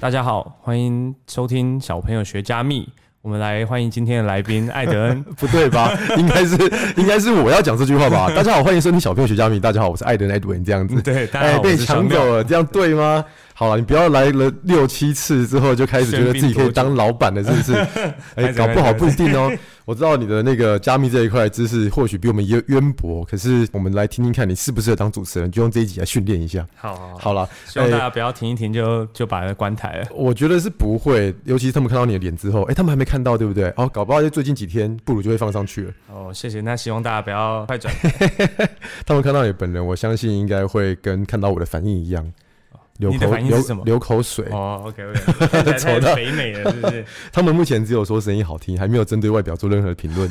大家好，欢迎收听小朋友学加密。我们来欢迎今天的来宾艾德恩。不对吧？ 应该是应该是我要讲这句 话吧？大家好，欢迎收听小朋友学加密。大家好，我是艾登 Edwin 这样子。对大家好哎，被我你是抢小走了，这样对吗？好了，你不要来了六七次之后就开始觉得自己可以当老板了，是 不是？哎，搞不好不一定哦。我知道你的那个加密这一块知识或许比我们渊渊博，可是我们来听听看你适不适合当主持人，就用这一集来训练一下。 好好好，好了，希望哎大家不要停一停就就把它关台了。我觉得是不会，尤其是他们看到你的脸之后，哎、他们还没看到，对不对？哦，搞不好就最近几天，布鲁就会放上去了。哦，谢谢。那希望大家不要快 转。他们看到你本人，我相信应该会跟看到我的反应一样，流哦你的口反应是流什么流口水。哦，OK OK，看起 来太肥美了，是不是？他们目前只有说声音好听，还没有针对外表做任何 评论。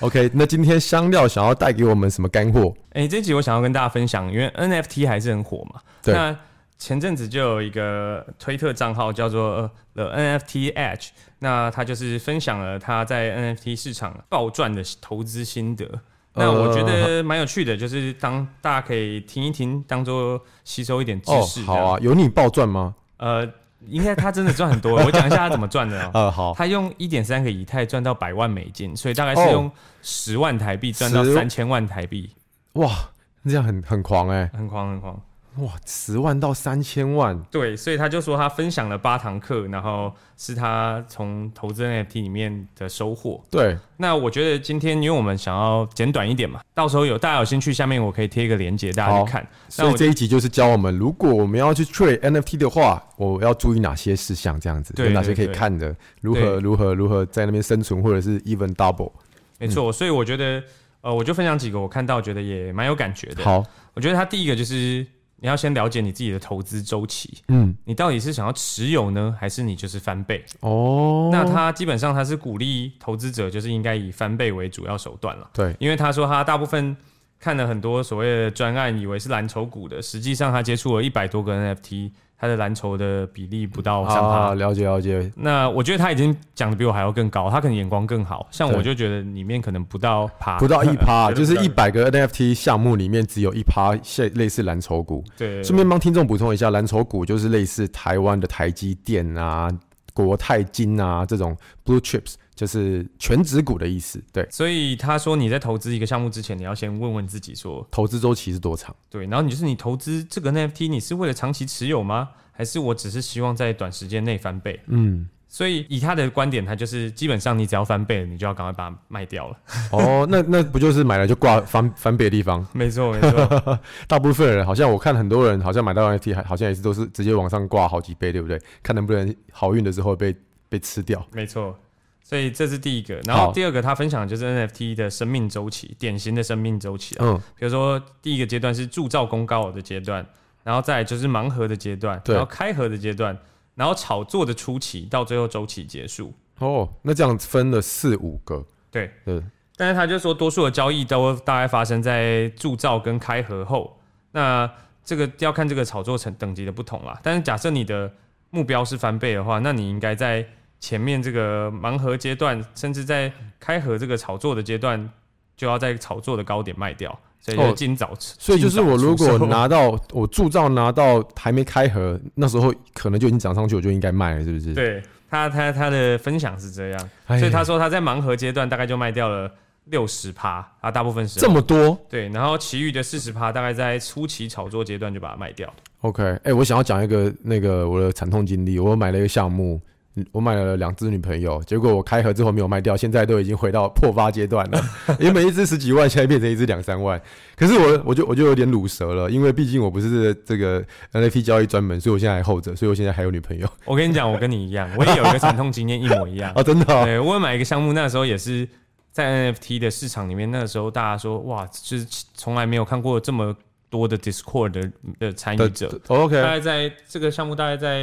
OK，那今天香料想要带给我们什么干货？哎、这集我想要跟大家分享，因为 NFT 还是很火嘛。对那前阵子就有一个推特账号叫做呃 The NFT Edge，那他就是分享了他在 NFT 市场暴赚的投资心得。那我觉呃得蛮有趣的，就是当大家可以听一听，当做吸收一点知哦识、，好啊，，有你暴赚吗？呃，应该他真的赚很多。我讲一下他怎么赚的、哦。呃，好， 他用一点三个以太赚到百万美金，所以大概是哦用十万台币赚到十三千万台币，哇，这样很很狂哎、很狂很狂。哇，十万到三千万，对，所以他就说他分享了八堂课，然后是他从投资 NFT 里面的收获。对，那我觉得今天因为我们想要简短一点嘛，到时候有大家有兴趣，下面我可以贴一个链接，大家好去看。那所以我这一集就是教我们，如果我们要去 trade NFT 的话，我要注意哪些事项，这样子，对有哪对些可以对看的，如对何如何如何在那边生存，或者是 even double。没错，所以我觉得呃，我就分享几个我看到觉得也蛮有感觉的。，好，我觉得他第一个就是你要先了解你自己的投资周期，嗯，你到底是想要持有呢，还是你就是翻倍？哦，那他基本上他是鼓励投资者就是应该以翻倍为主要手段了。对，因为他说他大部分看了很多所谓的专案，以为是蓝筹股的，实际上他接触了一百多个 NFT，他的蓝筹的比例不到三趴。啊，了解了解，那我觉得他已经讲的比我还要更高，他可能眼光更好。像对我就觉得里面可能不到趴，不到一啊趴，绝对不就是到一百个 NFT 项目里面只有一趴类类似蓝筹股。对，顺便帮听众补充一下，蓝筹股就是类似台湾的台积电啊、国泰金啊这种 blue chips，就是全指股的意思。对，所以他说你在投资一个项目之前，你要先问问自己说，投资周期是多长？对，然后你就是你投资这个 NFT，你是为了长期持有吗？还是我只是希望在短时间内翻倍？嗯，所以以他的观点，他就是基本上你只要翻倍了，你就要赶快把它卖掉了。哦，那那不就是买了就挂翻翻倍的地方？没错，没错。大部分人好像我看很多人好像买到 NFT 还好像也是都是直接往上挂好几倍，对不对？看能不能好运的时候被被吃掉。没错，所以这是第一个。然后好第二个，他分享的就是 NFT 的生命周期，典型的生命周期啊。嗯，比如说，第一个阶段是铸造公告的阶段，然后再来就是盲盒的阶段，对然后开盒的阶段，然后炒作的初期到最后周期结束。哦，那这样分了四五个，对，对，但是他就说，多数的交易都大概发生在铸造跟开盒后。那这个要看这个炒作层等级的不同啦。但是假设你的目标是翻倍的话，那你应该在前面这个盲盒阶段，甚至在开盒这个炒作的阶段，就要在炒作的高点卖掉。所以就哦今早吃、所以就是我如尽早果出售 拿到我铸造拿到还没开盒，那时候可能就已经涨上去，我就应该卖了，是不是？，对他他他的分享是这样，哎所以他说他在盲盒阶段大概就卖掉了六十趴，啊，大部分是这么多对，然后其余的四十趴大概在初期炒作阶段就把它卖掉。 ，OK，哎、我想要讲一个那个我的惨痛经历，我买了一个项目，我买了两只女朋友，结果我开盒之后没有卖掉，现在都已经回到破发阶 段了。原本一只十几万，现在变成一只两三万。可是我我就我就有点卤舌了，因为毕竟我不是这个 NFT 交易专门，所以我现在还后者，所以我现在还有女朋友。我跟你讲，我跟你一样，我也有一个惨痛经验，一模一样 哦，真的、 哦。对我买一个项目，那时候也是在 NFT 的市场里面，那时候大家说哇，就是从来没有看过这么。多的 Discord 的的参与者哦，OK，大概在这个项目大概在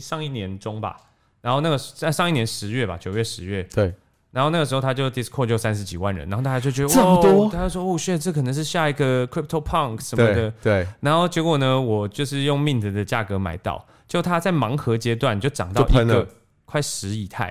上一年中吧，然后那个在上一年十月吧，九月十月，对，然后那个时候他就 Discord 就三十几万人，然后大家就觉得这么多，哦、大家说哦，shit，这可能是下一个 Crypto Punk 什么的，对，對然后结果呢，我就是用 Mint 的价格买到，就它在盲盒阶段就涨到一个快十以太，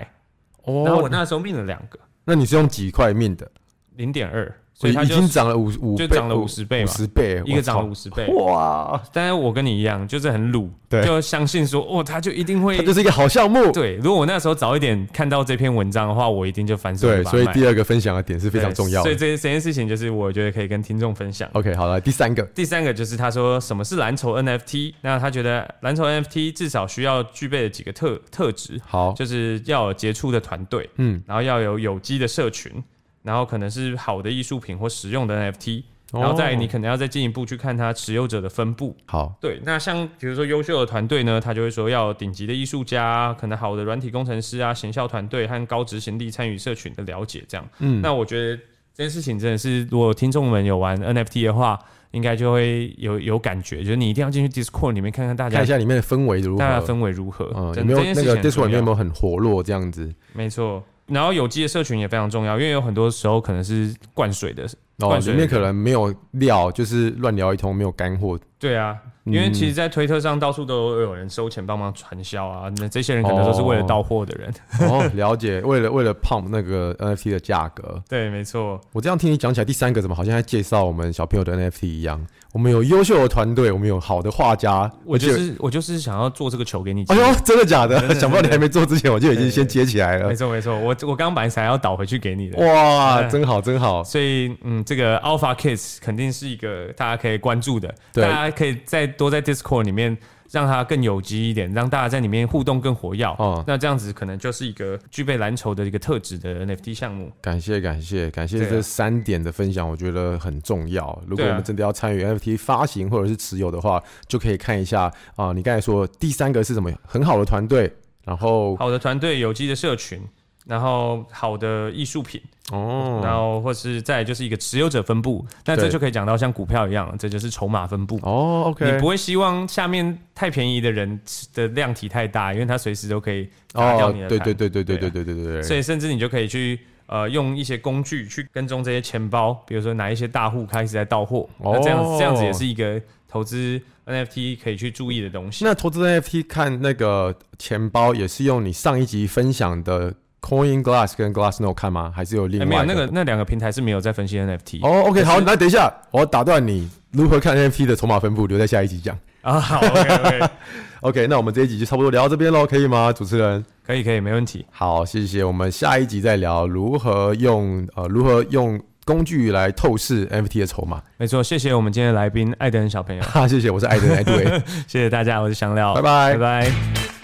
哦，然后我那时候 mint 了两个，那你是用几块 mint 的？零点二。所以它已经涨了五五，就涨了五十倍嘛，五十倍，一个涨了五十倍，哇！但是我跟你一样，就是很鲁，对，就相信说，哦，它就一定会，它就是一个好项目。对，如果我那时候早一点看到这篇文章的话，我一定就翻身。对，所以第二个分享的点是非常重要的。所以这这件事情就是我觉得可以跟听众分享。 OK，好了，第三个，第三个就是他说什么是蓝筹 NFT，那他觉得蓝筹 NFT 至少需要具备的几个特特质，好，就是要有杰出的团队，嗯，然后要有有机的社群。然后可能是好的艺术品或实用的 NFT，、哦、然后再你可能要再进一步去看它持有者的分布。好，对，那像比如说优秀的团队呢，他就会说要顶级的艺术家，可能好的软体工程师啊，行销团队和高执行力参与社群的了解，这样。嗯，那我觉得这件事情真的是，如果听众们有玩 NFT 的话，应该就会有有感觉，就是你一定要进去 Discord 里面看看大家，看一下里面的氛围如何，大家氛围如何，嗯，有没有那个 Discord 里面有没有很活络这样子？没错。然后有机的社群也非常重要，因为有很多时候可能是灌水的，哦，灌水里面可能没有料，就是乱聊一通，没有干货。对啊，因为其实，在推特上到处都有人收钱帮忙传销啊，那这些人可能都是为了到货的人。哦,哦，了解，为了为了 pump 那个 NFT 的价格。 对，没错。我这样听你讲起来，第三个怎么好像在介绍我们小朋友的 NFT 一样？我们有优秀的团队，我们有好的画家。我就是我就是想要做这个球给你。哎呦，真的假的？想不到你还没做之前，我就已经先接起来了。没错没错，我我刚本来想要倒回去给你的。哇，哎真好真好。所以嗯，这个 Alpha Kids 肯定是一个大家可以关注的。对。大家可以再多在 Discord 里面让它更有机一点，让大家在里面互动更活跃。哦、嗯，那这样子可能就是一个具备蓝筹的一个特质的 NFT 项目。感谢感谢感啊谢这三点的分享，我觉得很重要。如果我们真的要参与 NFT 发行或者是持有的话，就可以看一下啊、呃，你刚才说第三个是什么？很好的团队，然后好的团队，有机的社群，然后好的艺术品。哦，然后或是再就是一个持有者分布，那这就可以讲到像股票一样，这就是筹码分布。哦，OK，你不会希望下面太便宜的人的量体太大，因为他随时都可以打掉你的。对对哦对对对啊对对对对对。所以甚至你就可以去呃用一些工具去跟踪这些钱包，比如说哪一些大户开始在到货，哦那这样这样子也是一个投资 NFT 可以去注意的东西。那投资 NFT 看那个钱包也是用你上一集分享的。Coin Glass 跟 Glassnode 看吗？还是有另外、欸、哎没有那个那两个平台是没有在分析 NFT 哦。Oh, OK，好，那等一下，我打断你，如何看 NFT 的筹码分布，留在下一集讲 啊。好，OK OK OK，那我们这一集就差不多聊到这边喽，可以吗？主持人，可以可以，没问题。好，谢谢。我们下一集再聊如何用呃如何用工具来透视 NFT 的筹码。 没错，谢谢我们今天的来宾艾登小朋友，哈、啊，谢谢，我是艾登艾对，谢谢大家，我是香料，拜拜拜拜。